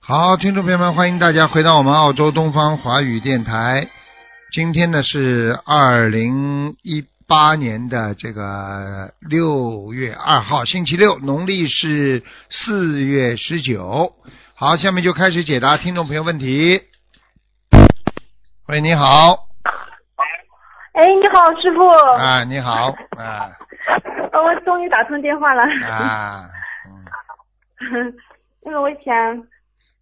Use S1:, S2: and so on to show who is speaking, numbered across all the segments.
S1: 好，听众朋友们，欢迎大家回到我们澳洲东方华语电台。今天呢是二零一八年的这个六月二号，星期六，农历是四月十九。好，下面就开始解答听众朋友问题。喂，你好，
S2: 哎，你好，师傅。
S1: 啊，你好，啊
S2: 呃，我终于打通电话了。
S1: 啊，嗯，
S2: 那个，我想，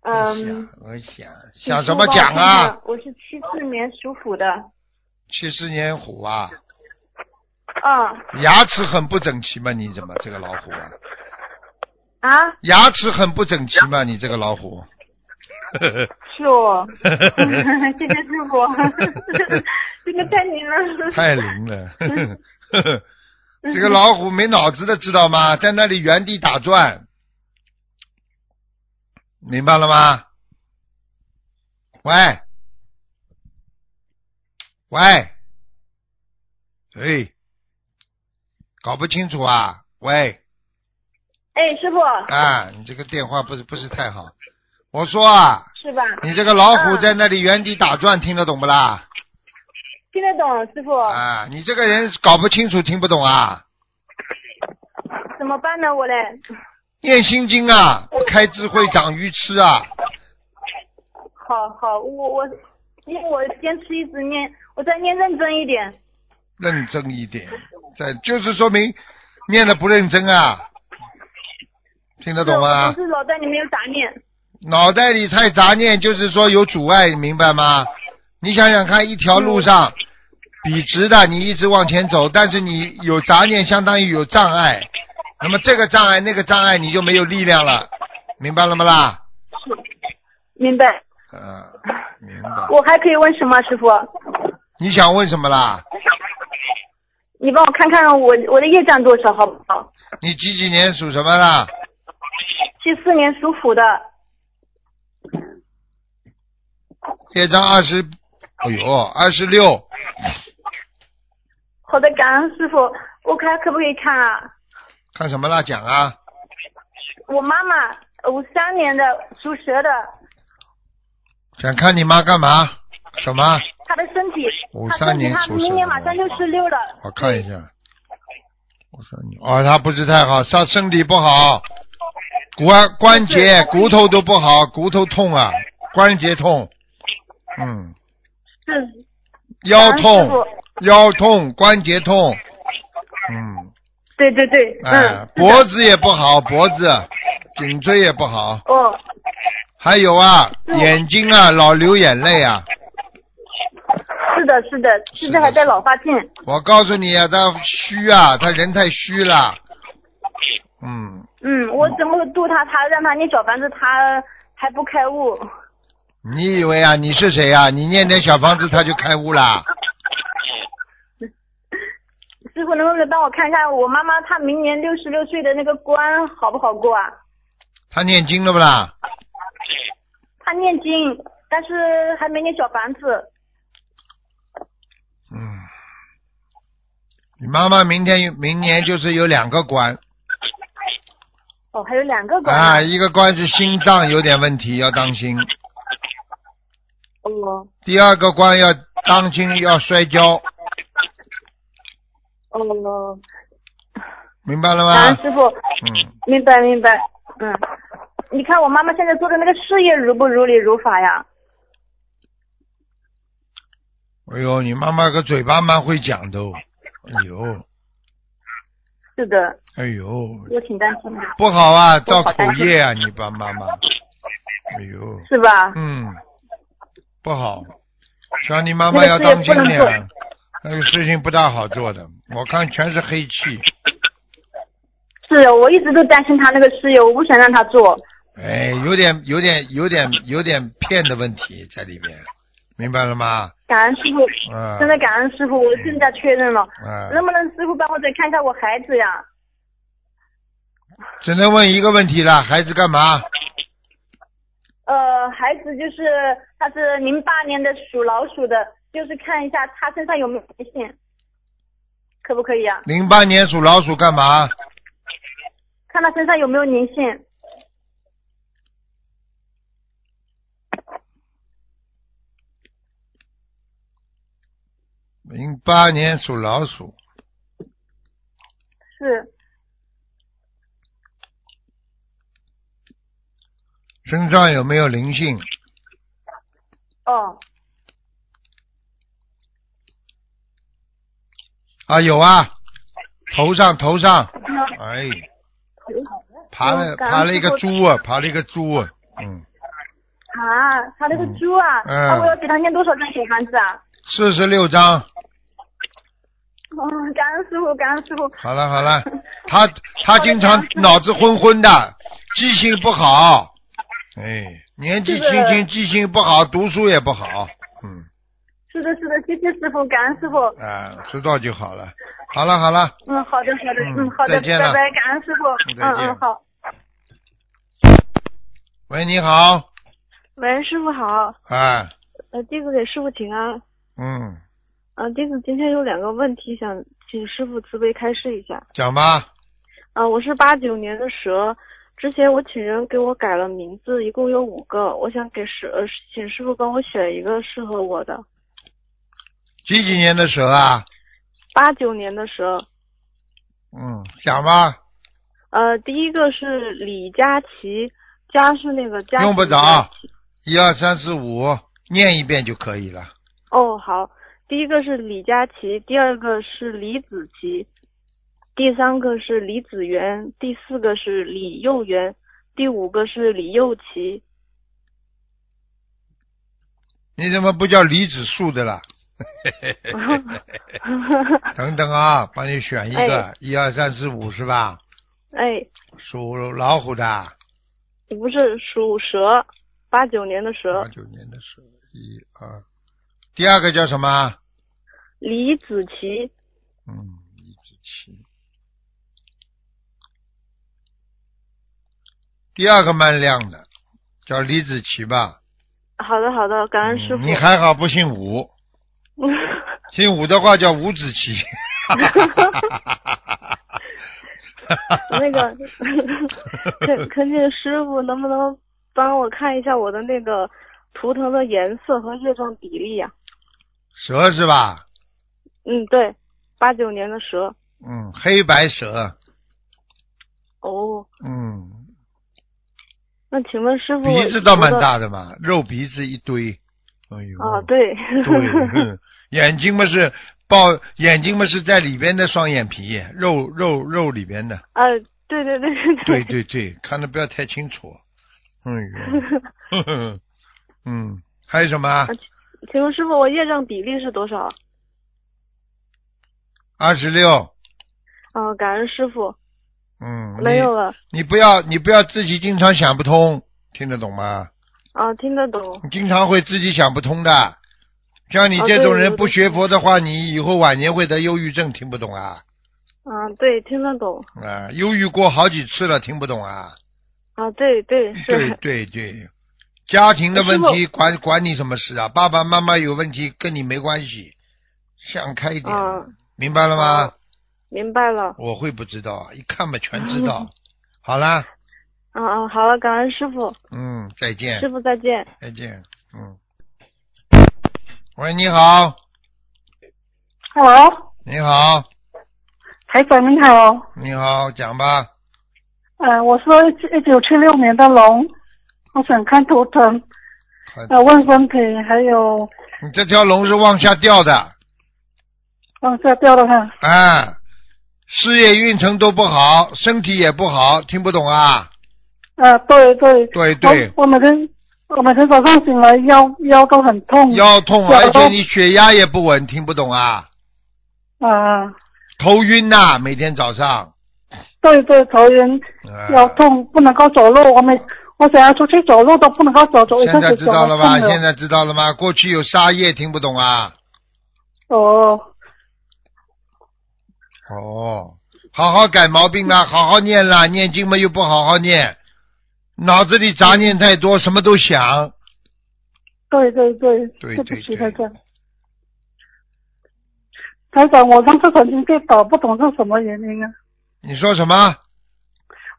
S1: 我
S2: 嗯
S1: 想，，我想
S2: 请
S1: 哎想
S2: 师
S1: 什
S2: 傅
S1: 么
S2: 帮我
S1: 讲
S2: 看
S1: 啊
S2: 看？？我是七四年属虎的。
S1: 七十年虎啊，
S2: 嗯
S1: 牙齿很不整齐嘛？你怎么这个老虎啊？
S2: 啊，
S1: 牙齿很不整齐嘛？你这个老虎。
S2: 是哦。谢谢师傅， 这个太灵了。
S1: 太灵了， 这个老虎没脑子的，知道吗？在那里原地打转，明白了吗？喂，喂，哎，搞不清楚啊！喂，
S2: 哎，师傅，
S1: 啊，你这个电话不是不是太好。我说啊，
S2: 是吧？
S1: 你这个老虎
S2: 嗯
S1: 在那里原地打转，听得懂不啦？
S2: 听得懂，师傅？
S1: 啊，你这个人搞不清楚，听不懂啊！
S2: 怎么办呢？我嘞？
S1: 念心经啊，不开智慧长愚痴啊！
S2: 好好，我我，因为我坚持一直念，我再念认真一点。
S1: 认真一点，这就是说明念的不认真啊，听得懂
S2: 是我
S1: 吗
S2: 总？是脑袋里面有杂念。
S1: 脑袋里太杂念，就是说有阻碍，明白吗？你想想看，一条路上笔直的，你一直往前走，但是你有杂念，相当于有障碍，那么这个障碍那个障碍，你就没有力量了，明白了吗啦？
S2: 明白。
S1: 呃，明白。
S2: 我还可以问什么，师傅？
S1: 你想问什么啦？
S2: 你帮我看看我我的业障多少，好不好？
S1: 你几几年属什么啦？
S2: 七四年属虎的，
S1: 这张二十，哎呦，二十六，
S2: 好的，感恩师傅，我看可不可以看啊？
S1: 看什么啦？讲啊，
S2: 我妈妈五三年的属蛇的，
S1: 想看你妈干嘛？什么？
S2: 她的身体，她
S1: 53
S2: 身体
S1: 年属
S2: 她
S1: 蛇的
S2: 明年马上就十六了，
S1: 我看一下。我说你，哦，他不是太好，他身体不好，关关节、骨头都不好，骨头痛啊，关节痛，嗯，
S2: 是
S1: 腰
S2: 啊感恩师
S1: 痛
S2: 傅，
S1: 腰痛，关节痛，嗯，
S2: 对对对，
S1: 哎、
S2: 嗯，
S1: 脖子也不好，脖子，颈椎也不好，
S2: 哦，
S1: 还有啊，
S2: 嗯
S1: 眼睛啊，老流眼泪啊。
S2: 是的，是的，现在还在老化镜，
S1: 我告诉你啊，他虚啊，他人太虚了。嗯，
S2: 嗯，我怎么度她？她让她念小房子，她还不开悟，
S1: 你以为啊，你是谁啊？你念点小房子，他就开悟啦。
S2: 师傅能不能帮我看一下我妈妈她明年六十六岁的那个关好不好过啊？
S1: 他念经了不啦？
S2: 她念经，但是还没念小房子。
S1: 嗯，你妈妈明天有明年就是有两个关
S2: 哦，还有两个关呢。
S1: 啊，一个关是心脏有点问题，要当心；
S2: 哦
S1: 第二个关要当心要摔跤，
S2: 哦，
S1: 明白了
S2: 感恩
S1: 吗？
S2: 师傅，
S1: 嗯，
S2: 明白明白。嗯，你看我妈妈现在做的那个事业如不如理如法呀？
S1: 哎呦，你妈妈个嘴巴蛮会讲的哦，哎呦，
S2: 是的，
S1: 哎呦，
S2: 我挺担心的，
S1: 不好啊，造口业啊，你爸妈妈。哎呦，
S2: 是吧？
S1: 嗯，不好，像你妈妈要当心
S2: 那个事也
S1: 点
S2: 不能
S1: 啊，那个事情不大好做的，我看全是黑气。
S2: 是我一直都担心她那个事业，我不想让她做。
S1: 哎，有点、有点、有点、有点骗的问题在里面，明白了吗？
S2: 感恩师傅，
S1: 嗯、
S2: 真的感恩师傅，我更加确认了。
S1: 嗯、
S2: 能不能师傅帮我再看一下我孩子呀？
S1: 只能问一个问题了，孩子干嘛？
S2: 呃，孩子就是他是零八年的属老鼠的，就是看一下他身上有没有灵性，可不可以啊？
S1: 零八年属老鼠干嘛？
S2: 看他身上有没有灵性。
S1: 零八年属老鼠，
S2: 是
S1: 身上有没有灵性？
S2: 哦，
S1: 啊，有啊，头上头上，
S2: 嗯
S1: 哎，爬了爬了一个猪啊，爬了一个猪啊，嗯，
S2: 啊，他那个猪啊，
S1: 嗯
S2: 那我要给他念多少张小房子啊？
S1: 四十六张，
S2: 哦，感恩师傅，感恩师傅。
S1: 好了好了，他他经常脑子昏昏的，记性不好，哎，年纪
S2: 这
S1: 轻
S2: 个
S1: 轻记性不好，读书也不好，嗯。
S2: 是的，是的，谢谢师傅，感恩师傅。
S1: 啊，知道就好了。好了好了，
S2: 嗯，好的，好的，
S1: 嗯
S2: 嗯，好的，
S1: 再见了
S2: 拜拜，感恩师傅。
S1: 再
S2: 嗯
S1: 见
S2: 嗯，好。
S1: 喂，你好，
S3: 喂，师傅好，
S1: 啊，
S3: 呃，弟子给师傅请安。
S1: 嗯，
S3: 呃，弟子今天有两个问题想请师傅慈悲开示一下。
S1: 讲吧，
S3: 呃，我是八九年的蛇，之前我请人给我改了名字，一共有五个，我想给师呃请师傅帮我选一个适合我的。
S1: 几几年的蛇啊？
S3: 八九年的蛇，
S1: 嗯，讲吧，
S3: 呃，第一个是李佳琪，佳是那个佳，
S1: 用不着
S3: 佳琪
S1: 一二三四五，念一遍就可以了。
S3: 哦，好，第一个是李佳琦，第二个是李子琪，第三个是李子源，第四个是李幼源，第五个是李幼琪。
S1: 你怎么不叫李子树的啦？等等啊，帮你选一个，一二三四五是吧？
S3: 哎，
S1: 属老虎的啊，
S3: 不是属蛇，八九年的蛇
S1: 八，九年的蛇，一二，第二个叫什么？
S3: 李子琪。
S1: 嗯，李子柒。第二个蛮亮的，叫李子柒吧。
S3: 好的，好的，感恩师
S1: 嗯
S3: 傅。
S1: 你还好不姓武，姓武的话叫吴子柒。
S3: 那个，恳恳请师傅能不能帮我看一下我的那个图腾的颜色和业障比例啊呀、
S1: 蛇是吧？
S3: 嗯，对，八九年的蛇。
S1: 嗯，黑白蛇。
S3: 哦，
S1: 嗯，
S3: 那请问师傅，
S1: 鼻子倒蛮。大的嘛，肉鼻子一堆。哎呦。
S3: 啊，对，
S1: 对，嗯哼眼睛嘛是抱，眼睛嘛是在里边的双眼皮，肉肉肉里边 的。
S3: 啊，对对对对
S1: 对。对对，看的不要太清楚。哎呦，呵 呵嗯，还有什么啊？
S3: 请问师傅，我业障比例是多少？
S1: 二十六，
S3: 啊，感恩师傅，
S1: 嗯，
S3: 没有了。
S1: 你。你不要，你不要自己经常想不通，听得懂吗？
S3: 啊，听得懂。
S1: 你经常会自己想不通的。像你
S3: 哦
S1: 这种
S3: 对
S1: 人
S3: 有
S1: 不
S3: 的
S1: 学佛的话，你以后晚年会得忧郁症，听不懂啊
S3: 啊，对，听得懂。
S1: 啊！忧郁过好几次了，听不懂 啊！
S3: 啊，对对
S1: 对
S3: 是。
S1: 对对，家庭的问题
S3: 师
S1: 管管你什么事啊？爸爸妈妈有问题跟你没关系，想开一点，
S3: 啊，
S1: 明白了吗？
S3: 明白了。
S1: 我会不知道啊，一看嘛全知 道。好啦，
S3: 啊啊，好了，感恩师傅，
S1: 嗯，再见
S3: 师，傅再见。
S1: 再见，嗯。喂，你好，
S2: Hello，
S1: 你好，
S2: 台长您好，
S1: 你好，讲吧。
S2: 呃，我是一九七六年的龙，我想看图腾，
S1: 快
S2: 呃，问身体，还有
S1: 你这条龙是往下掉的，
S2: 往下掉了哈。
S1: 啊，事业运程都不好，身体也不好，听不懂啊？
S2: 呃，对对，
S1: 对对，
S2: 我我每天我每天早上醒来腰腰都很痛，
S1: 腰痛，啊
S2: 有
S1: 而且你血压也不稳，听不懂啊？
S2: 啊、
S1: 头晕呐、每天早上。
S2: 对对，头晕，
S1: 啊、
S2: 腰痛，不能够走路，我每我想要出去走路都不能够走，走一下
S1: 现在
S2: 子
S1: 知
S2: 走
S1: 道了
S2: 不
S1: 吧？
S2: 动
S1: 现在知道了吗？过去有沙叶，听不懂啊？
S2: 哦，
S1: 哦，好好改毛病
S2: 嗯
S1: 啦，好好念啦，念经嘛又不好好念，脑子里杂念太多，什么都想。
S2: 对对对，
S1: 对
S2: 对不
S1: 对
S2: 起，
S1: 对
S2: 台长。台长，我上次曾经跌倒，不懂是什么原因啊？
S1: 你说什么？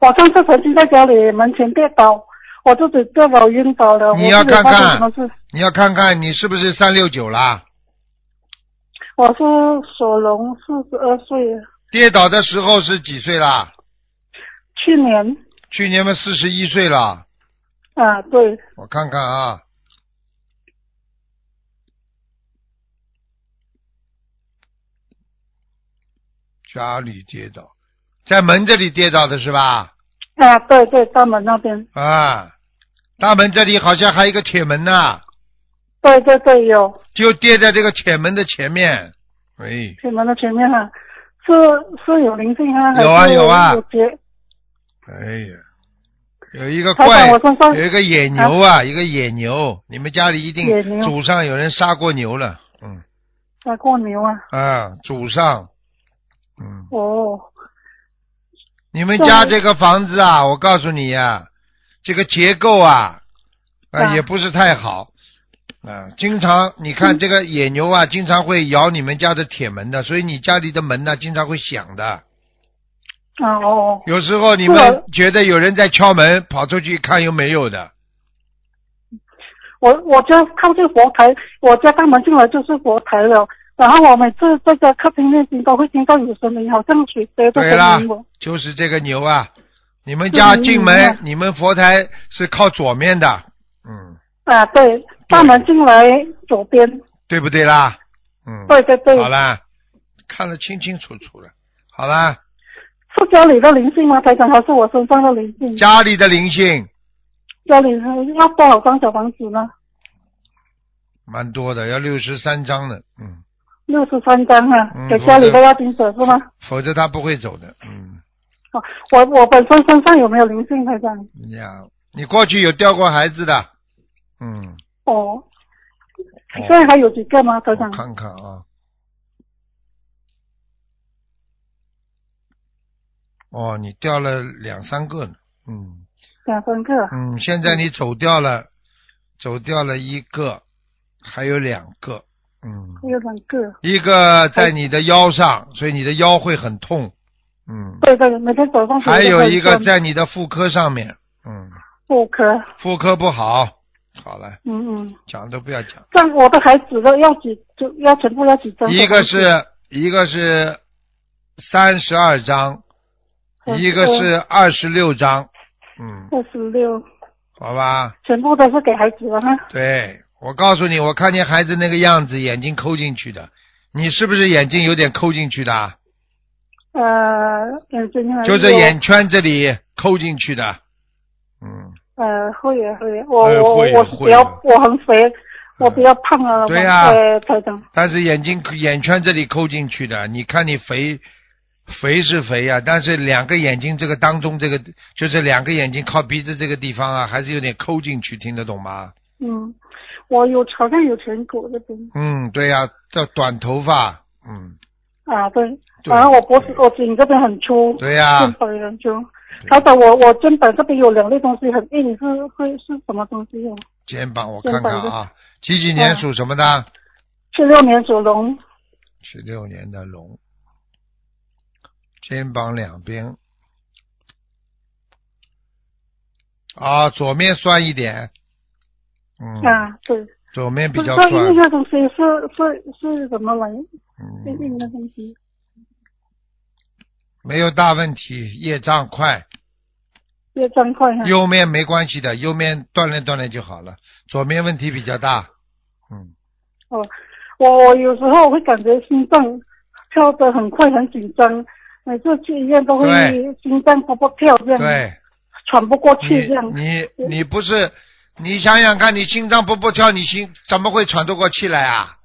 S2: 我上次曾经在家里门前跌倒，我自己跌倒晕倒了。
S1: 你要
S2: 我自己
S1: 看看
S2: 发生什么事？
S1: 你要看看你是不是三六九啦？
S4: 我是属龙，四十二岁，
S1: 跌倒的时候是几岁啦？
S4: 去年
S1: 去年嘛四十一岁了，
S4: 啊，对，
S1: 我看看啊。家里跌倒，在门这里跌倒的是吧？
S4: 啊，对对，大门那边，
S1: 啊，大门这里好像还有一个铁门呢、
S4: 对对对，有
S1: 就跌在这个铁门的前面。哎，
S4: 铁门的前面哈、是是有灵性啊，还
S1: 有啊
S4: 是
S1: 有啊
S4: 有结
S1: 哎呀，有一个
S4: 台
S1: 怪
S4: 长，我，身上
S1: 有一个野牛啊，一个野牛，你们家里一定
S4: 野牛
S1: 祖上有人杀过牛了，嗯
S4: 在过牛啊，
S1: 啊，祖上，嗯，
S4: 哦，
S1: 你们家这个房子啊，我告诉你呀、这个结构啊，啊、
S4: 啊
S1: 也不是太好，啊，经常你
S4: 嗯
S1: 看这个野牛啊，经常会咬你们家的铁门的，所以你家里的门呢、啊经常会响的。
S4: 啊哦，
S1: 有时候你
S4: 是
S1: 们
S4: 啊
S1: 觉得有人在敲门，跑出去看有没有的，
S4: 我我家靠近佛台，我家大门进来就是佛台了。然后我每次在家客厅那边都会听到有声音，好像水杯
S1: 对
S4: 在
S1: 啦
S4: 声音我。
S1: 就是这个牛啊。你们家
S4: 嗯
S1: 进
S4: 明
S1: 门
S4: 白，
S1: 你们佛台是靠左面的，嗯，
S4: 啊，对，大门进来左边，
S1: 对不对啦？嗯，
S4: 对对对，
S1: 好啦，看得清清楚楚了，好啦。
S4: 是家里的灵性吗？台长还是我身上的灵性？
S1: 家里的灵性
S4: 家里还要多少张小房子呢？
S1: 蛮多的，要六十三张的，嗯，
S4: 六十三张啊，
S1: 嗯
S4: 给家里的要经者是吗？
S1: 否则他不会走的，嗯。
S4: 哦，我我本身身上有没有灵性，台长？
S1: 你呀，你过去有掉过孩子的，嗯，
S4: 哦，
S1: 哦
S4: 现在还有几个吗，台长
S1: 我？看看啊。哦，你掉了两三个呢，嗯
S4: 两三个啊，
S1: 嗯，现在你走掉了，走掉了一个，还有两个，嗯，
S4: 还有两个。
S1: 一个在你的腰上，所以你的腰会很痛，嗯，
S4: 对对，每天早上
S1: 还有一个
S4: 都会
S1: 在你的妇科上面，嗯，
S4: 妇科，
S1: 妇科不好，好了，
S4: 嗯嗯，
S1: 讲都不要讲。
S4: 这样我的孩子的要几就要全部要几张？
S1: 一个是一个是三十二章，
S4: 嗯
S1: 一个是二十六章，嗯，
S4: 二十六，
S1: 好吧，
S4: 全部都是给孩子的哈。
S1: 对我告诉你，我看见孩子那个样子，眼睛抠进去的，你是不是眼睛有点抠进去的啊？
S4: 呃，眼睛还有
S1: 就是眼圈这里抠进去的，嗯，
S4: 呃，会啊会啊，我
S1: 哎
S4: 我
S1: 会啊
S4: 我
S1: 会啊
S4: 比较我很肥，我比较胖啊，
S1: 对啊
S4: 呃，台长，
S1: 但是眼睛眼圈这里抠进去的，你看你肥，肥是肥呀、但是两个眼睛这个当中这个，就是两个眼睛靠鼻子这个地方啊，还是有点抠进去，听得懂吗？
S4: 嗯，我有好像有颧骨这边
S1: 嗯，对呀、这短头发，嗯，
S4: 啊，对，
S1: 对
S4: 然后我脖子我颈这边很粗，
S1: 对啊呀、
S4: 肩膀也很粗。台长，我我肩膀这边有两类东西很硬，是会是什么东西啊？
S1: 肩膀我
S4: 肩
S1: 看
S4: 膀
S1: 看啊，几几年
S4: 嗯
S1: 属什么的？
S4: 是六年属龙，
S1: 十六年的龙，肩膀两边，啊，左面酸一点，嗯，
S4: 啊，对，
S1: 左面比
S4: 不知
S1: 较
S4: 道
S1: 酸
S4: 硬，的东西是是是怎么来硬
S1: 嗯，
S4: 硬的东西？
S1: 没有大问题，业障快，
S4: 要张快哈。
S1: 右面没关系的，右面锻炼锻炼就好了，左面问题比较大，嗯，
S4: 哦，我我有时候会感觉心脏跳得很快，很紧张，每次去医院都会
S1: 对
S4: 心脏砰砰跳这样，
S1: 对。
S4: 喘不过去这样。
S1: 你你你不是，你想想看，你心脏砰砰跳，你心怎么会喘得过气来啊？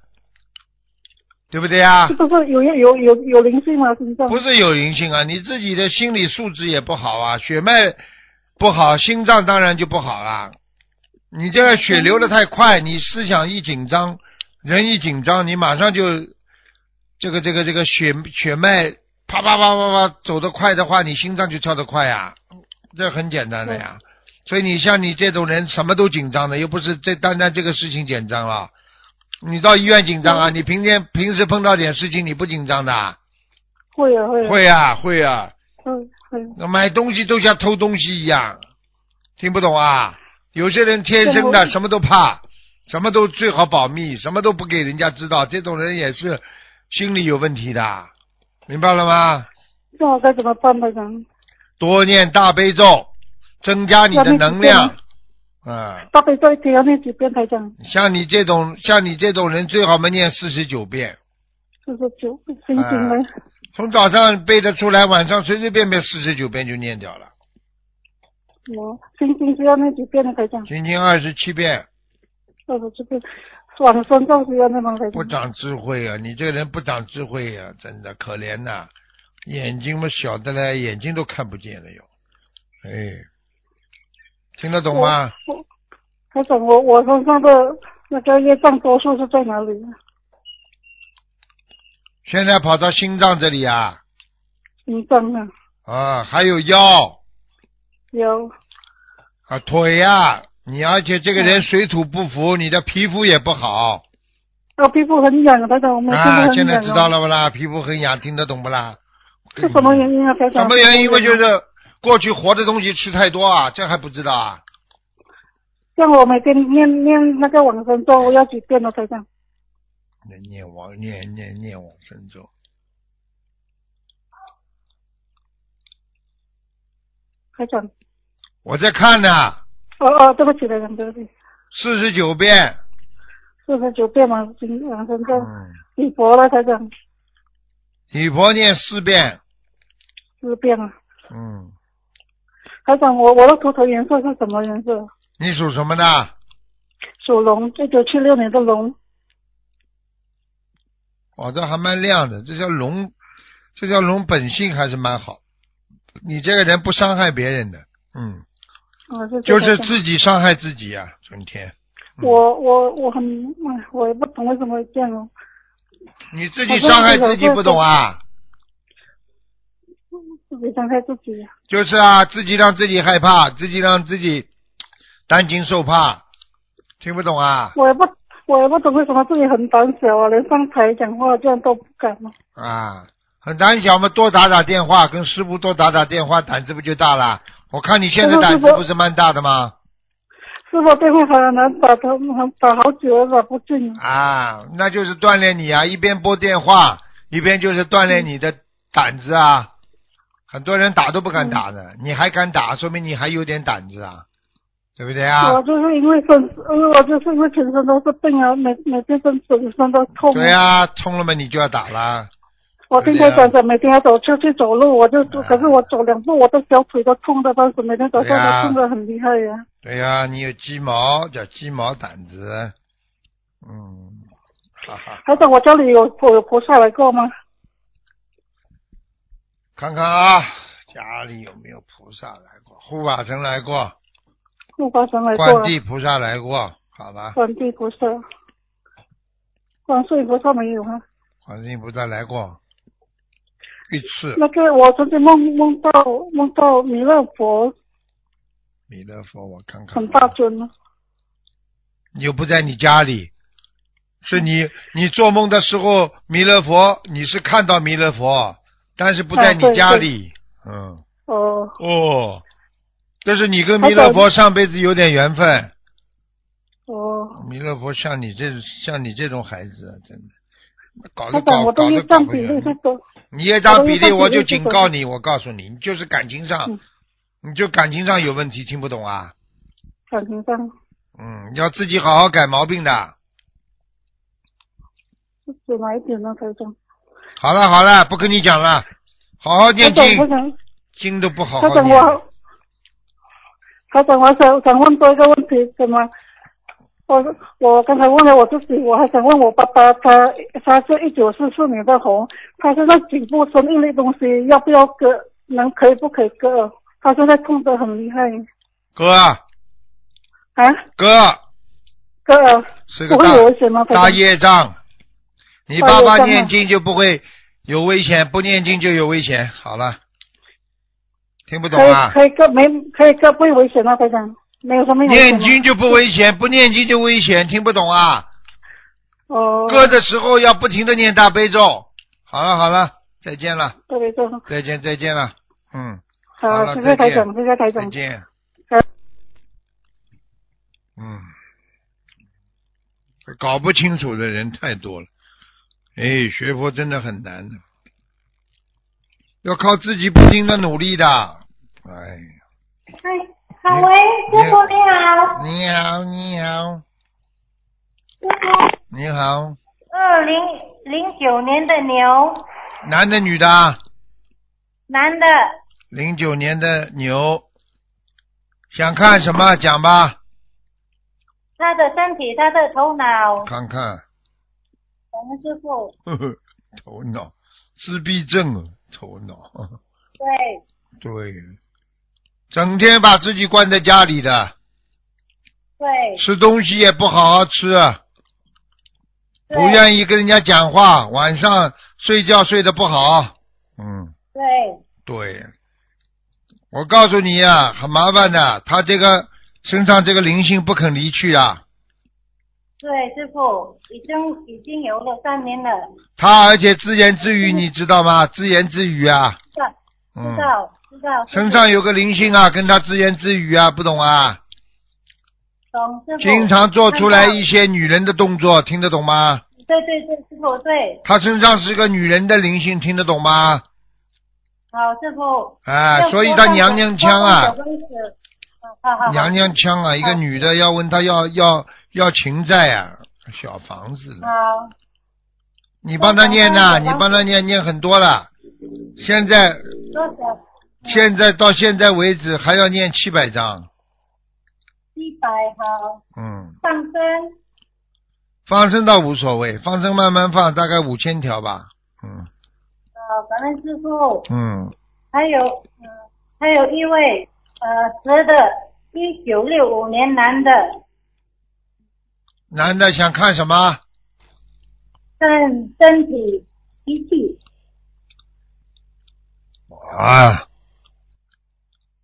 S1: 对不对啊
S4: 是？不是有有有有有灵性吗？心脏？
S1: 不是有灵性啊，你自己的心理素质也不好啊，血脉不好，心脏当然就不好啦。你这个血流的太快，你思想一紧张，人一紧张，你马上就这个这个这个血血脉啪啪啪啪啪走得快的话，你心脏就跳得快呀、这很简单的呀。所以你像你这种人，什么都紧张的，又不是这单单这个事情紧张了。你到医院紧张啊？你平天平时碰到点事情你不紧张的啊、
S4: 会啊会啊
S1: 会呀、会呀、
S4: 会会啊。
S1: 那买东西都像偷东西一样，听不懂啊？有些人天生
S4: 对
S1: 的什么都怕，什么都最好保密，什么都不给人家知道，这种人也是心理有问题的，明白了吗？
S4: 那我该怎么办呢？
S1: 多念大悲咒，增加你的能量。啊、嗯，
S4: 大悲咒一天要念几遍台长？
S1: 像你这种像你这种人，最好嘛念四十九遍。
S4: 四十九，心经呢？
S1: 从早上背得出来，晚上随随便便四十九遍就念掉了。呃
S4: 我哦心经是要念几遍的台长？
S1: 心经二十七遍。
S4: 二十七遍，往生咒是要念吗台长？
S1: 不长智慧啊！你这个人不长智慧啊，真的可怜呐、眼睛嘛小的嘞，眼睛都看不见了又。哎，听得懂吗？
S4: 我台长，我我身上的那个业障多数是在哪里？啊
S1: 现在跑到心脏这里啊，
S4: 心脏啊，
S1: 啊，还有腰
S4: 有
S1: 啊，腿呀、你而且这个
S4: 嗯
S1: 人水土不服，你的皮肤也不好
S4: 我皮肤很痒啊，台长，我每天都
S1: 啊。
S4: 很
S1: 现在
S4: 痒
S1: 知道了不啦？皮肤很痒，听得懂不啦？
S4: 是什么原因啊，台长？
S1: 什么原因？不就是过去活的东西吃太多啊？这还不知道啊？
S4: 像我每天念念那个往生咒，我要几遍呢，啊台长？
S1: 那念往念念念往生咒。
S4: 台长，
S1: 我在看呢、
S4: 哦哦，对不起，台长，对不起，
S1: 四十九遍。
S4: 四十九遍往生往生咒，
S1: 嗯，
S4: 你佛了，台长，
S1: 女婆念四遍。
S4: 四遍啊。
S1: 嗯，
S4: 台长，我我的图腾颜色是什么颜色？
S1: 你属什么的？
S4: 属龙，一九七六年的龙。
S1: 哦，这还蛮亮的，这条龙，这条龙本性还是蛮好。你这个人不伤害别人的，嗯，
S4: 啊，是
S1: 就
S4: 这个
S1: 是
S4: 台长
S1: 自己伤害自己啊，整天。嗯
S4: 我我我很，哎我也不懂为什么会这样哦。
S1: 你自己伤害自己不懂啊？
S4: 自己伤害自己。
S1: 就是啊，自己让自己害怕，自己让自己担惊受怕，听不懂啊？
S4: 我也不我也不懂为什么自己很胆小啊，连上台讲话这样都不敢啊。
S1: 啊，很胆小嘛，多打打电话，跟师傅多打打电话，胆子不就大了？我看你现在胆子不是蛮大的吗？
S4: 师傅电话很难打通，很打好久也打不进。
S1: 啊，那就是锻炼你啊，一边拨电话，一边就是锻炼你的胆子啊。很多人打都不敢打的，你还敢打，说明你还有点胆子啊，对不对啊？
S4: 我就是因为身，因为我就是因为全身都是病啊，每每天身浑身都痛。啊
S1: 对啊呀、冲了嘛，你就要打啦。
S4: 我听他讲讲，每天要走出去走路，我就、可是我走两步，我的小腿都痛的，当时每天早上
S1: 啊对啊
S4: 都痛的很厉害啊呀、
S1: 对呀、你有鸡毛叫鸡毛掸子，嗯，哈哈，
S4: 还是我家里有有菩萨来过吗？
S1: 看看啊，家里有没有菩萨来过？护法神来过，
S4: 护法神来过、嗯
S1: 观
S4: 啊，
S1: 地菩萨来过，好了，
S4: 观地菩萨，观世音菩萨没有啊。
S1: 观世音菩萨来过一次，
S4: 那个我曾经梦梦到梦到弥勒佛
S1: 弥勒佛，我看看
S4: 很大尊啊，
S1: 又不在你家里，是你你做梦的时候，弥勒佛你是看到弥勒佛，但是不在
S4: 啊
S1: 你
S4: 对
S1: 家
S4: 对
S1: 里，嗯。
S4: 哦，
S1: 哦，就是你跟弥勒佛上辈子有点缘分，
S4: 哦，
S1: 弥勒佛像你这像你这种孩子，啊真的搞
S4: 他
S1: 得
S4: 讲
S1: 搞
S4: 我的
S1: 搞
S4: 业
S1: 得搞
S4: 障
S1: 不
S4: 比例
S1: 圆。
S4: 是多，
S1: 你业障比例，
S4: 我
S1: 我
S4: 的业
S1: 就
S4: 障比
S1: 警
S4: 例
S1: 告你，我告诉你，你就是感情上
S4: 嗯，
S1: 你就感情上有问题，听不懂啊？
S4: 感情上
S1: 嗯，你要自己好好改毛病的。
S4: 是指哪一点呢？台长，
S1: 好了好了，不跟你讲了，好好
S4: 台
S1: 念
S4: 长，我
S1: 经，
S4: 想
S1: 经都不好
S4: 他
S1: 好
S4: 讲
S1: 念
S4: 我。，他讲我想想问多一个问题，怎么？我我刚才问了我自己，我还想问我爸爸，他他是一九四四年的红，他现在颈部生一类东西，要不要割？能可以不可以割？他现在痛得很厉害
S1: 哥
S4: 啊！
S1: 哥
S4: 割啊
S1: 是个
S4: 不会
S1: 大
S4: 有危险吗？
S1: 大
S4: 台长
S1: 业障，你
S4: 大
S1: 爸爸
S4: 业障
S1: 念
S4: 啊
S1: 经就不会有危险，不念经就有危险。好了，听不懂
S4: 可以
S1: 啊？
S4: 可以割没可以割不会危险啊吗？台长没有什么危险
S1: 念
S4: 吗。
S1: 经就不危险，不念经就危险，听不懂啊？
S4: 哦，
S1: 割的时候要不停的念大悲咒。好了好了，再见了，
S4: 对对对，
S1: 再见再见了，嗯，好
S4: 好，
S1: 了
S4: 谢谢
S1: 再
S4: 台
S1: 见
S4: 长，谢谢台
S1: 再
S4: 长。
S1: 见呃
S4: 好。
S1: 嗯，搞不清楚的人太多了，哎，学佛真的很难的，要靠自己不停的努力的。哎，
S2: 哎，好喂，师傅你好，
S1: 你好，你好，
S2: 师傅，
S1: 你好，
S2: 二零零九年的牛，
S1: 男的女的啊？
S2: 男的，
S1: 零九年的牛，想看什么讲吧，
S2: 他的身体，他的头脑，
S1: 看看，
S2: 我们师傅，
S1: 呵呵， 头脑，自闭症啊，头脑，呵呵
S2: 对，
S1: 对，整天把自己关在家里的，
S2: 对，
S1: 吃东西也不好好吃，啊
S2: 对，
S1: 不愿意跟人家讲话，晚上睡觉睡得不好，嗯。
S2: 对，
S1: 对，我告诉你呀、很麻烦的，他这个身上这个灵性不肯离去啊，
S2: 对，师傅已经已经有了三年了，
S1: 他而且自言自语，你知道吗？自言自语啊，
S2: 知道
S1: 嗯
S2: 知，道知道，
S1: 身上有个灵性啊，跟他自言自语啊，不懂啊，
S2: 懂师傅，
S1: 经常做出来
S2: 看到
S1: 一些女人的动作，听得懂吗？
S2: 对对对，师傅对，
S1: 他身上是个女人的灵性，听得懂吗？
S2: 好师傅，
S1: 哎，
S2: 要
S1: 所以
S2: 多
S1: 他
S2: 放
S1: 娘
S2: 手
S1: 娘腔
S2: 多
S1: 啊
S2: 放，手为止好好好，好
S1: 娘娘腔啊，一个女的要问他要要要情债啊，小房子呢。
S2: 好，
S1: 你帮他念呐、你帮他念念很多了，现在
S2: 多少
S1: 现在到现在为止还要念七百章，
S2: 一百好，
S1: 嗯，
S2: 上升
S1: 放生倒无所谓，放生慢慢放，大概五千条吧，嗯
S2: 好，啊感恩师傅。
S1: 嗯，
S2: 还有，嗯、还有一位呃，蛇的，一九六五年男的，
S1: 男的想看什么？
S2: 身身体脾气，
S1: 啊，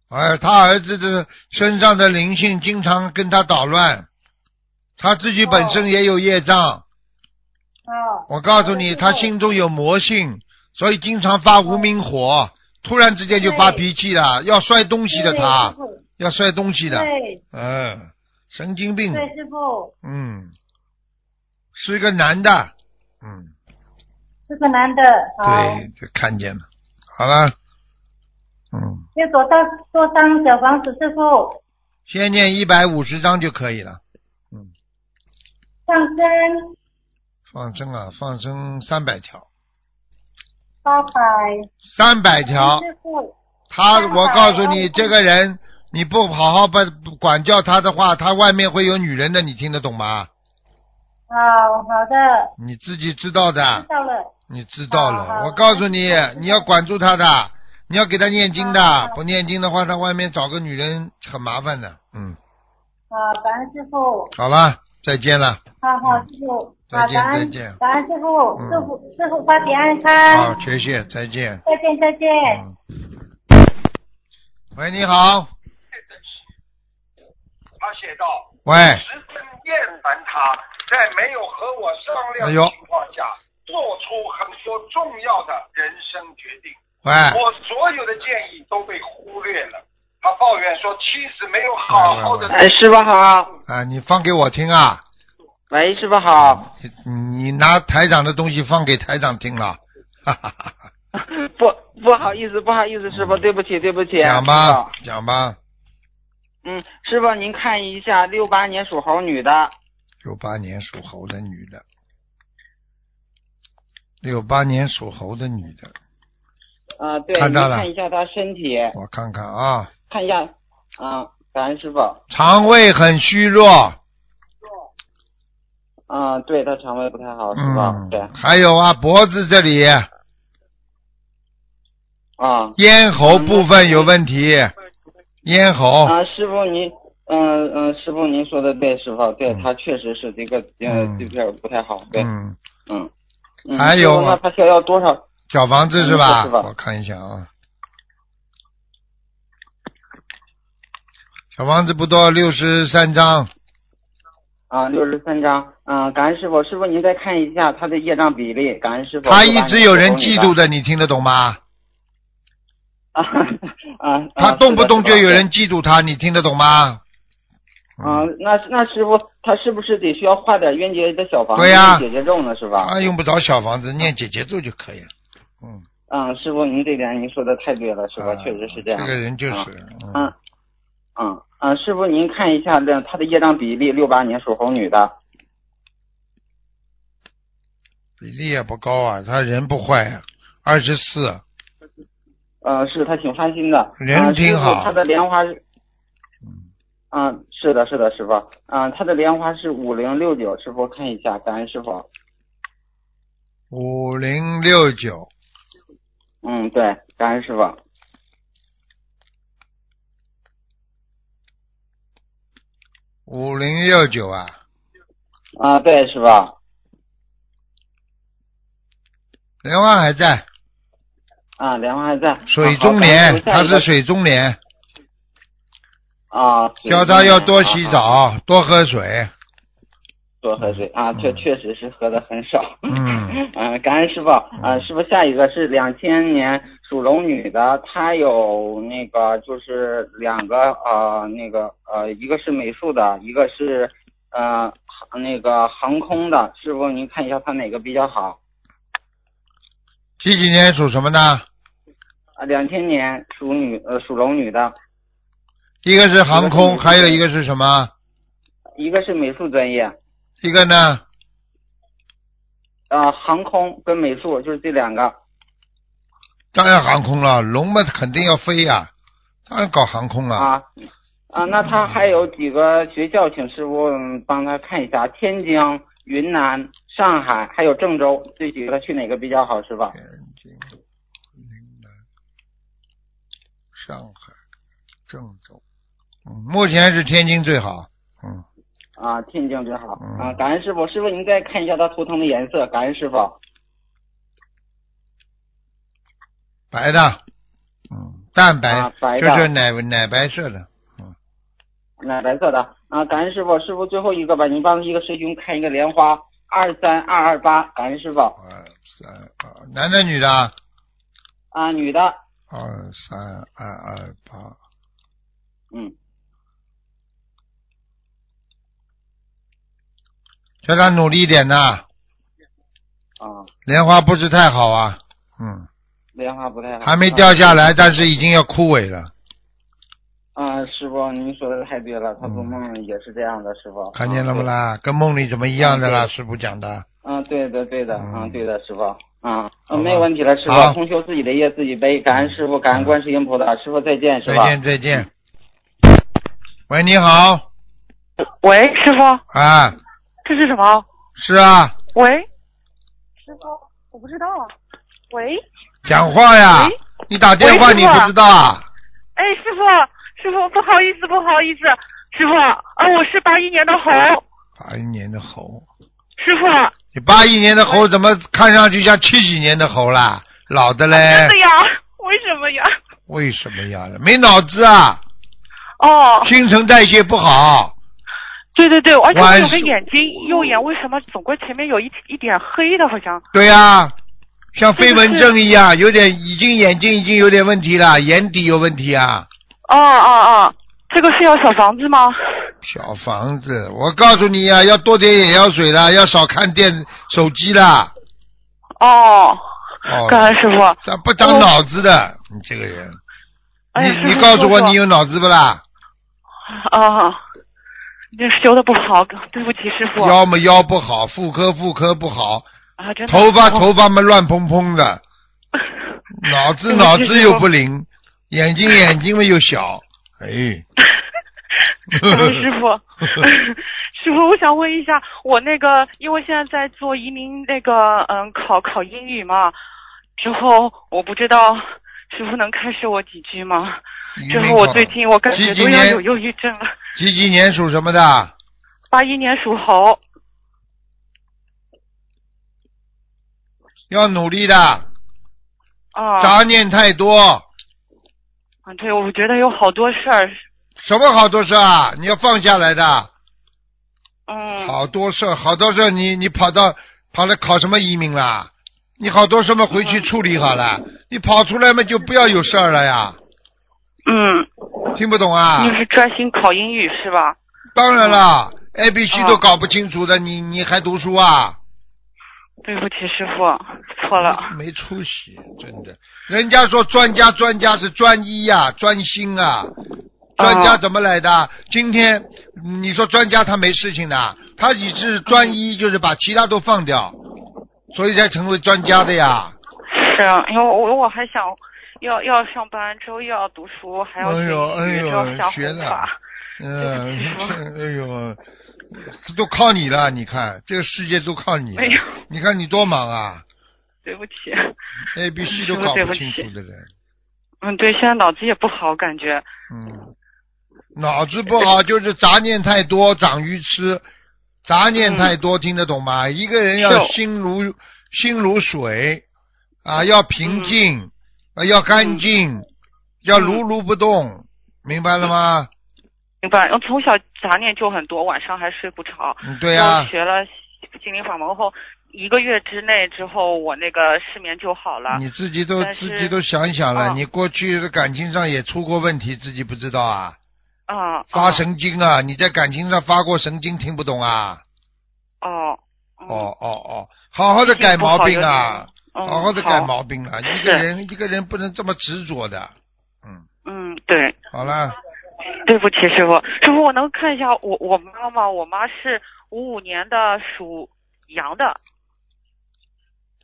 S1: 哎，他儿子的身上的灵性经常跟他捣乱，他自己本身也有业障，
S2: 哦，
S1: 我告诉你，他心中有魔性，所以经常发无名火，突然之间就发脾气了，要摔东西的他，要摔东西
S2: 对
S1: 的，
S2: 对
S1: 嗯，神经病，
S2: 对师傅，
S1: 嗯，是个男的，嗯，
S2: 这个男的，哦好，
S1: 对，就看见了，好了，嗯，
S2: 结果他做张小房子，师傅
S1: 先念一百五十章就可以了，
S2: 上升
S1: 放生啊，放生三百条，
S2: 八百，
S1: 三百条，
S2: 师傅
S1: 他，
S2: 300
S1: 我告诉你，
S2: 哦
S1: 这个人你不好好把管教他的话，他外面会有女人的，你听得懂吗？
S2: 好好的，
S1: 你自己知道的
S2: 知，道了，
S1: 你知道
S2: 嗯好
S1: 了。
S2: 好
S1: 我告诉你，你要管住他的，你要给他念经
S2: 好
S1: 的
S2: 好，
S1: 不念经的话，他外面找个女人很麻烦的。嗯，
S2: 好，感恩师傅。
S1: 好了，再见了。
S2: 好好，师傅，
S1: 嗯再
S2: 好，
S1: 见
S2: 感
S1: 再
S2: 恩
S1: 见，
S2: 感恩师傅，
S1: 嗯
S2: 师傅，师傅法体安
S1: 好
S2: 康，，
S1: 谢谢，再见。
S2: 再见，再见。
S1: 嗯。喂，你好。
S5: 他写道
S1: 喂：“，
S5: 十分厌烦他，在没有和我商量
S1: 哎呦
S5: 的情况下，做出很多重要的人生决定。
S1: 喂，
S5: 我所有的建议都被忽略了。”他抱怨说：“妻子没有好好的。”
S6: 哎，师傅好，
S1: 啊，你放给我听啊，
S6: 喂，师傅好，
S1: 你你拿台长的东西放给台长听了，哈哈哈哈。
S6: 不不好意思，不好意思，师傅，对不起，对不起，
S1: 讲
S6: 啊师傅
S1: 吧，讲吧，
S6: 嗯，师傅您看一下，六八年属猴女的，
S1: 六八年属猴的女的，六八年属猴的女的，
S6: 啊、对，
S1: 看
S6: 您
S1: 到了
S6: 看一下她身体，
S1: 我看看啊，
S6: 看一下，啊、感恩师傅，
S1: 肠胃很虚弱，
S6: 啊、对她肠胃不太好，是吧？
S1: 嗯
S6: 对，，
S1: 还有啊，脖子这里、
S6: 啊、
S1: 咽喉部分有问题，咽喉，
S6: 嗯啊，师傅您，嗯、嗯、师傅您说的对，师傅，对
S1: 嗯
S6: 她确实是这个，
S1: 嗯
S6: 呃，这片儿不太好，对，
S1: 嗯，
S6: 嗯，嗯
S1: 还有
S6: 师傅那她需要多少？
S1: 小房子是
S6: 嗯
S1: 吧？
S6: 是吧
S1: 我看一下啊，小房子不多，六十三张，
S6: 啊，六十三张。嗯，感恩师傅，师傅您再看一下他的业障比例。感恩师傅。
S1: 他一直有人嫉妒
S6: 的。
S1: 的，你听得懂吗？
S6: 啊啊！
S1: 他动不动就有人
S6: 啊。
S1: 嫉妒他，你听得懂吗？
S6: 啊，那那师傅他是不是得需要画点冤结的小房子
S1: 对呀
S6: 解结咒呢？是吧？
S1: 啊，用不着小房子，念姐姐咒就可以了。嗯，
S6: 嗯，师傅您这点您说的太对了，是吧？
S1: 啊
S6: 确实是这样。
S1: 这个人就是
S6: 啊，
S1: 嗯
S6: 嗯，嗯嗯，师傅您看一下这他的业障比例，六八年属猴女的，
S1: 比例也不高啊，他人不坏啊，二十四，
S6: 呃，是他挺发心的，
S1: 人
S6: 嗯
S1: 挺好
S6: 师傅他的莲花是，嗯，是的，是的，师傅，嗯，他的莲花是五零六九，师傅看一下，感恩师傅。
S1: 五零六九，
S6: 嗯，对，感恩师傅。
S1: 五零六九啊，
S6: 啊，对，师傅。
S1: 莲花还在，
S6: 啊，莲花还在。
S1: 水
S6: 啊好
S1: 中
S6: 感恩
S1: 莲
S6: 师，傅下
S1: 他
S6: 一个
S1: 是水中莲，
S6: 啊，水
S1: 教
S6: 中
S1: 他要
S6: 莲
S1: 多
S6: 啊
S1: 洗
S6: 啊
S1: 澡，多喝水。
S6: 多喝水啊，确确实是喝的很少。
S1: 嗯
S6: 呃感恩师傅 啊、呃师傅下一个是两千年属龙女的，她有那个就是两个呃那个呃，一个是美术的，一个是呃航那个航空的。师傅您看一下她哪个比较好？
S1: 几几年属什么呢？
S6: 啊，两千年属女呃属龙女的，
S1: 一个是航空，
S6: 一个是美术
S1: 还有一个是什么？
S6: 一个是美术专业，
S1: 一个呢？
S6: 呃航空跟美术就是这两个。
S1: 当然航空了，龙嘛肯定要飞呀、当然搞航空了。
S6: 啊啊，那他还有几个学校，请师傅嗯帮他看一下，天津、云南、上海还有郑州这几个，去哪个比较好，师傅？
S1: 天津、云南、上海、郑州，嗯，目前是天津最好。嗯，
S6: 啊，天津真好
S1: 嗯
S6: 啊！感恩师傅，师傅您再看一下他图腾的颜色，感恩师傅。
S1: 白的，嗯，淡白，
S6: 啊白的
S1: 就是奶奶白色的。啊
S6: 奶白色的啊，感恩师傅，师傅最后一个吧，您帮一个师兄看一个莲花二三二二八，感恩师傅
S1: 二三二，男的女的啊？
S6: 啊，女的，
S1: 二三二二八，
S6: 嗯
S1: 叫他努力一点呐，
S6: 啊，
S1: 莲花不是太好啊。嗯，
S6: 莲花不太好，
S1: 还没掉下来，但是已经要枯萎了，
S6: 啊，师傅您说的太对了，他做梦也是这样的，师傅
S1: 看见了不
S6: 啦？对
S1: 啦？跟梦里怎么一样的啦？
S6: 嗯
S1: 师傅讲的。
S6: 嗯，对的，对的，
S1: 嗯
S6: 嗯，对的，师傅，啊，
S1: 好吧
S6: 嗯，没有问题了，师
S1: 好
S6: 傅，通修自己的业自己背，感恩师傅，感恩观世音菩萨，师傅再见，师
S1: 再
S6: 傅。
S1: 见，再见。喂，你好，
S7: 喂，师傅，
S1: 啊，
S7: 这是什么？
S1: 是啊，
S7: 喂，
S8: 师傅，我不知道啊。喂，
S1: 讲话呀
S7: 喂，
S1: 你打电话
S7: 喂
S1: 你
S7: 师傅
S1: 不知道啊？
S7: 哎，师傅，师傅，不好意思，不好意思，师傅，啊，我是八一年的猴，
S1: 八一哎年的猴，
S7: 师傅，
S1: 你八一年的猴怎么看上去像七几年的猴啦？老的嘞
S7: 啊真，的呀？为什么呀？
S1: 为什么呀？没脑子啊，
S7: 哦，
S1: 新陈代谢不好，
S7: 对对对，而且我
S1: 晚
S7: 有个
S1: 上
S7: 眼睛，右眼为什么总归前面有一一点黑的，好像？
S1: 对呀、像飞蚊
S7: 是
S1: 症一样，有点已经眼睛已经有点问题了，眼底有问题啊。
S7: 哦哦哦，这个是要小房子吗？
S1: 小房子，我告诉你啊，要多点眼药水啦，要少看电手机啦。
S7: 哦，
S1: 哦，
S7: 感恩师傅，
S1: 咋不长脑子的？你这个人，
S7: 哦哎呀
S1: 你
S7: 师
S1: 你
S7: 傅
S1: 告诉
S7: 说
S1: 我
S7: 说
S1: 你有脑子不啦？
S7: 啊，这修的不好，对不起师傅
S1: 腰嘛腰不好，妇科妇科不好，
S7: 啊，真的。
S1: 头发
S7: 哦
S1: 头发嘛乱蓬蓬的，脑子
S7: 对不起
S1: 脑子
S7: 师
S1: 又
S7: 傅
S1: 不灵，眼 睛眼睛嘛又小，哎，
S7: 感恩 师傅， 师傅，我想问一下，我那个，因为现在在做移民那个，嗯，考考英语嘛，之后我不知道师傅能开示我几句吗？
S1: 你
S7: 之
S1: 没
S7: 后我
S1: 搞
S7: 最近我感觉
S1: 几几
S7: 都要
S1: 年
S7: 有忧郁症了，
S1: 几几年属什么的？
S7: 八一年属猴，
S1: 要努力的，
S7: 啊，
S1: 杂念太多，
S7: 啊对，我觉得有好多事儿，
S1: 什么好多事啊？你要放下来的。
S7: 嗯，
S1: 好多事，好多事你，你跑到跑来考什么移民啦？你好多事嘛，回去处理好了。你跑出来嘛，就不要有事儿了呀。
S7: 嗯，
S1: 听不懂啊
S7: 你？是专心考英语是吧？
S1: 当然啦，A、B、C
S7: 嗯
S1: 都搞不清楚的，你你还读书啊？
S7: 对不起，师傅，错了。
S1: 没出息，真的。人家说专家，专家是专一呀、专心啊。专
S7: 嗯
S1: 家怎么来的？今天嗯你说专家他没事情的，他只是专
S7: 嗯
S1: 一，就是把其他都放掉，所以才成为专家的呀。
S7: 是啊，因为我我还想要要上班，之后又要读书，还要
S1: 哎
S7: 学
S1: 呦哎
S7: 英语，
S1: 呦
S7: 之后想
S1: 学
S7: 红
S1: 了
S7: 法。
S1: 嗯， 哎呦，都靠你了，你看这个世界都靠你了
S7: 哎呦。
S1: 你看你多忙啊
S7: 对不起，
S1: ，A、B、C
S7: 师
S1: 都
S7: 傅
S1: 搞
S7: 对
S1: 不
S7: 不
S1: 清
S7: 起
S1: 楚的人。
S7: 嗯，对，现在脑子也不好，感觉。
S1: 嗯，脑子不好就是杂念太多，长鱼吃。杂念太多，听得懂吗？一个人要
S7: 是
S1: 心
S7: 嗯
S1: 如心如水啊，要平静，
S7: 嗯
S1: 啊，要干净，要如如不动，明白了吗？
S7: 明白，然后嗯从小杂念就很多，晚上还睡不着。
S1: 嗯，对
S7: 然
S1: 呀、
S7: 后学了心灵法门后，一个月之内之后，我那个失眠就好了。
S1: 你自己都
S7: 但
S1: 自
S7: 是
S1: 己都想一想了，
S7: 嗯
S1: 你过去的感情上也出过问题，自己不知道啊，
S7: 啊，
S1: 发神经啊，你在感情上发过神经，听不懂啊？
S7: 哦哦
S1: 哦哦哦，好好的改毛病啊！
S7: 嗯，
S1: 好好的改毛病了。一个
S7: 是
S1: 人一个人不能这么执着的。嗯，
S7: 嗯，对，
S1: 好了，
S7: 对不起，师傅，师傅，我能看一下我我妈妈，我妈是五五年的，属羊的，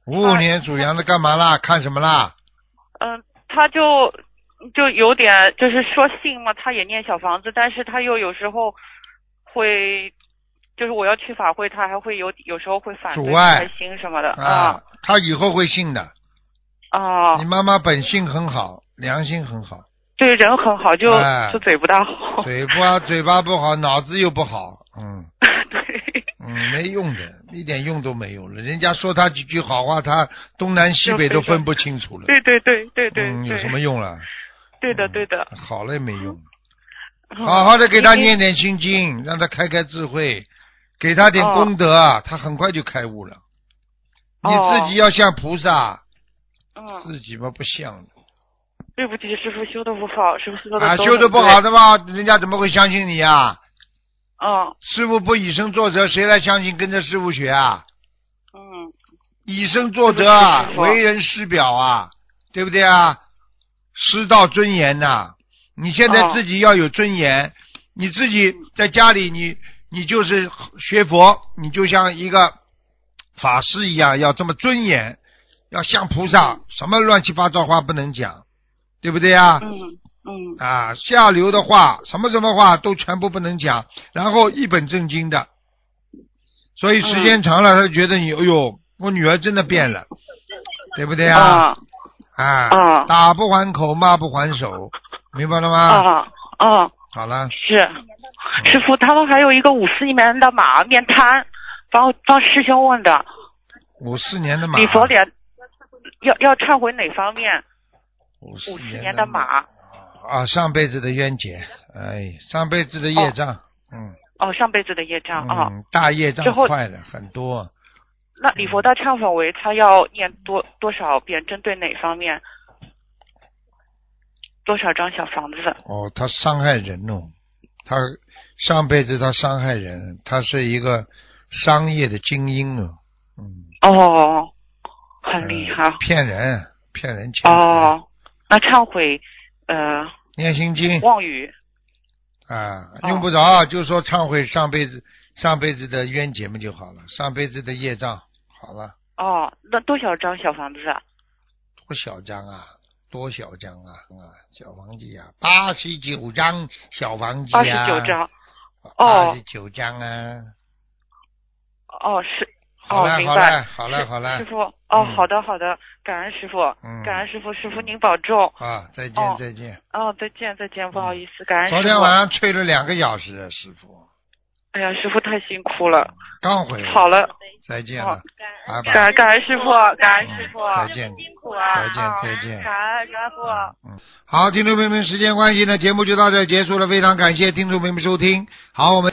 S1: 五五年属羊的干嘛
S7: 啊
S1: 啦？看什么啦？
S7: 嗯，她就就有点就是说信嘛，她也念小房子，但是她又有时候会。就是我要去法会，她还会有有时候会反对
S1: 阻碍
S7: 开心什么的嗯
S1: 啊，他以后会信的。
S7: 啊！啊
S1: 你妈妈本性很好，良心很好，
S7: 对人很好，就、
S1: 哎
S7: 就嘴不大好。
S1: 嘴巴嘴巴不好，脑子又不好，嗯
S7: 对
S1: 嗯，没用的，一点用都没有了。人家说他几句好话，他东南西北都分不清楚了，
S7: 对对对对对
S1: 嗯，有
S7: 对啊
S1: 什么用了？
S7: 对的对的。
S1: 好了也没用。
S7: 嗯
S1: 好好的给他
S7: 您
S1: 念点心经，让他开开智慧，给他点功德啊，他很快就开悟了。你
S7: 哦
S1: 自己要像菩萨，
S7: 嗯，
S1: 自己嘛不像的
S7: 对不起，师傅修的不好，师傅修的
S1: 啊，修的不好
S7: 的。
S1: 的话，人家怎么会相信你啊？
S7: 嗯
S1: 师傅不以身作则，谁来相信跟着师傅学啊？
S7: 嗯
S1: 以身作则啊
S7: 对不起师，傅
S1: 为人师表啊，对不对啊？师道尊严呐、你现在
S7: 哦
S1: 自己要有尊严，你自己在家里你你就是学佛，你就像一个法师一样，要这么尊严，要像菩萨，什么乱七八糟话不能讲，对不对啊？
S7: 嗯嗯
S1: 啊，下流的话，什么什么话都全部不能讲，然后一本正经的。所以时间长了，他就觉得你，哎呦，我女儿真的变了，对不对啊？
S7: 啊
S1: 啊，
S7: 啊
S1: 打不还口，骂不还手，明白了吗？
S7: 啊啊！
S1: 好了，
S7: 是
S1: 嗯
S7: 师傅，他们还有一个五四年的马面瘫，帮帮师兄问的，
S1: 五四年的马，
S7: 礼佛脸要要忏悔哪方面？
S1: 五
S7: 五
S1: 四
S7: 四
S1: 年
S7: 的
S1: 马
S7: 马
S1: 啊，上辈子的冤结，哎，上辈子的业障，嗯
S7: 哦，上辈子的业障啊。
S1: 嗯，大业障
S7: 之后
S1: 快了很多，
S7: 那
S1: 嗯
S7: 礼佛大忏悔为他要念多多少遍？针对哪方面？多少张小房子？
S1: 哦，他伤害人哦，他上辈子他伤害人，他是一个商业的精英哦，嗯，
S7: 哦，很厉害
S1: 呃。骗人，骗人钱，，
S7: 哦，那忏悔， 呃，
S1: 念心经
S7: 妄语。
S1: 啊，
S7: 哦
S1: 用不着，就说忏悔上辈子上辈子的冤结嘛就好了，上辈子的业障好了，
S7: 哦，那多少张小房子啊？
S1: 多小张啊，多小张啊啊，小房子呀、八十九张小房子
S7: 八十
S1: 呀、
S7: 九张。
S1: 八
S7: 哦
S1: 十九张啊，
S7: 哦，是
S1: 好
S7: 哦
S1: 了、
S7: 明
S1: 好
S7: 白
S1: 了好了好了
S7: 师，傅。
S1: 嗯
S7: 哦，好的好的，感恩师傅，
S1: 嗯
S7: 感恩师傅，师傅您保重。
S1: 啊，再见、
S7: 哦
S1: 再见。
S7: 哦，再见再见，不好意思，感恩
S1: 昨
S7: 哎师
S1: 天
S7: 傅。
S1: 嗯晚上吹了两个小时，师傅
S7: 哎呀，师傅太辛苦了，
S1: 刚回来，
S7: 好了。
S1: 再见了，嗯拜拜，
S7: 感感恩师傅，感恩师傅，
S1: 再见，
S7: 苦啊！
S1: 再见，再见。
S7: 感恩师傅。
S1: 好，听众朋友们，时间关系呢，节目就到这儿结束了，非常感谢听众朋友们收听。好，我们。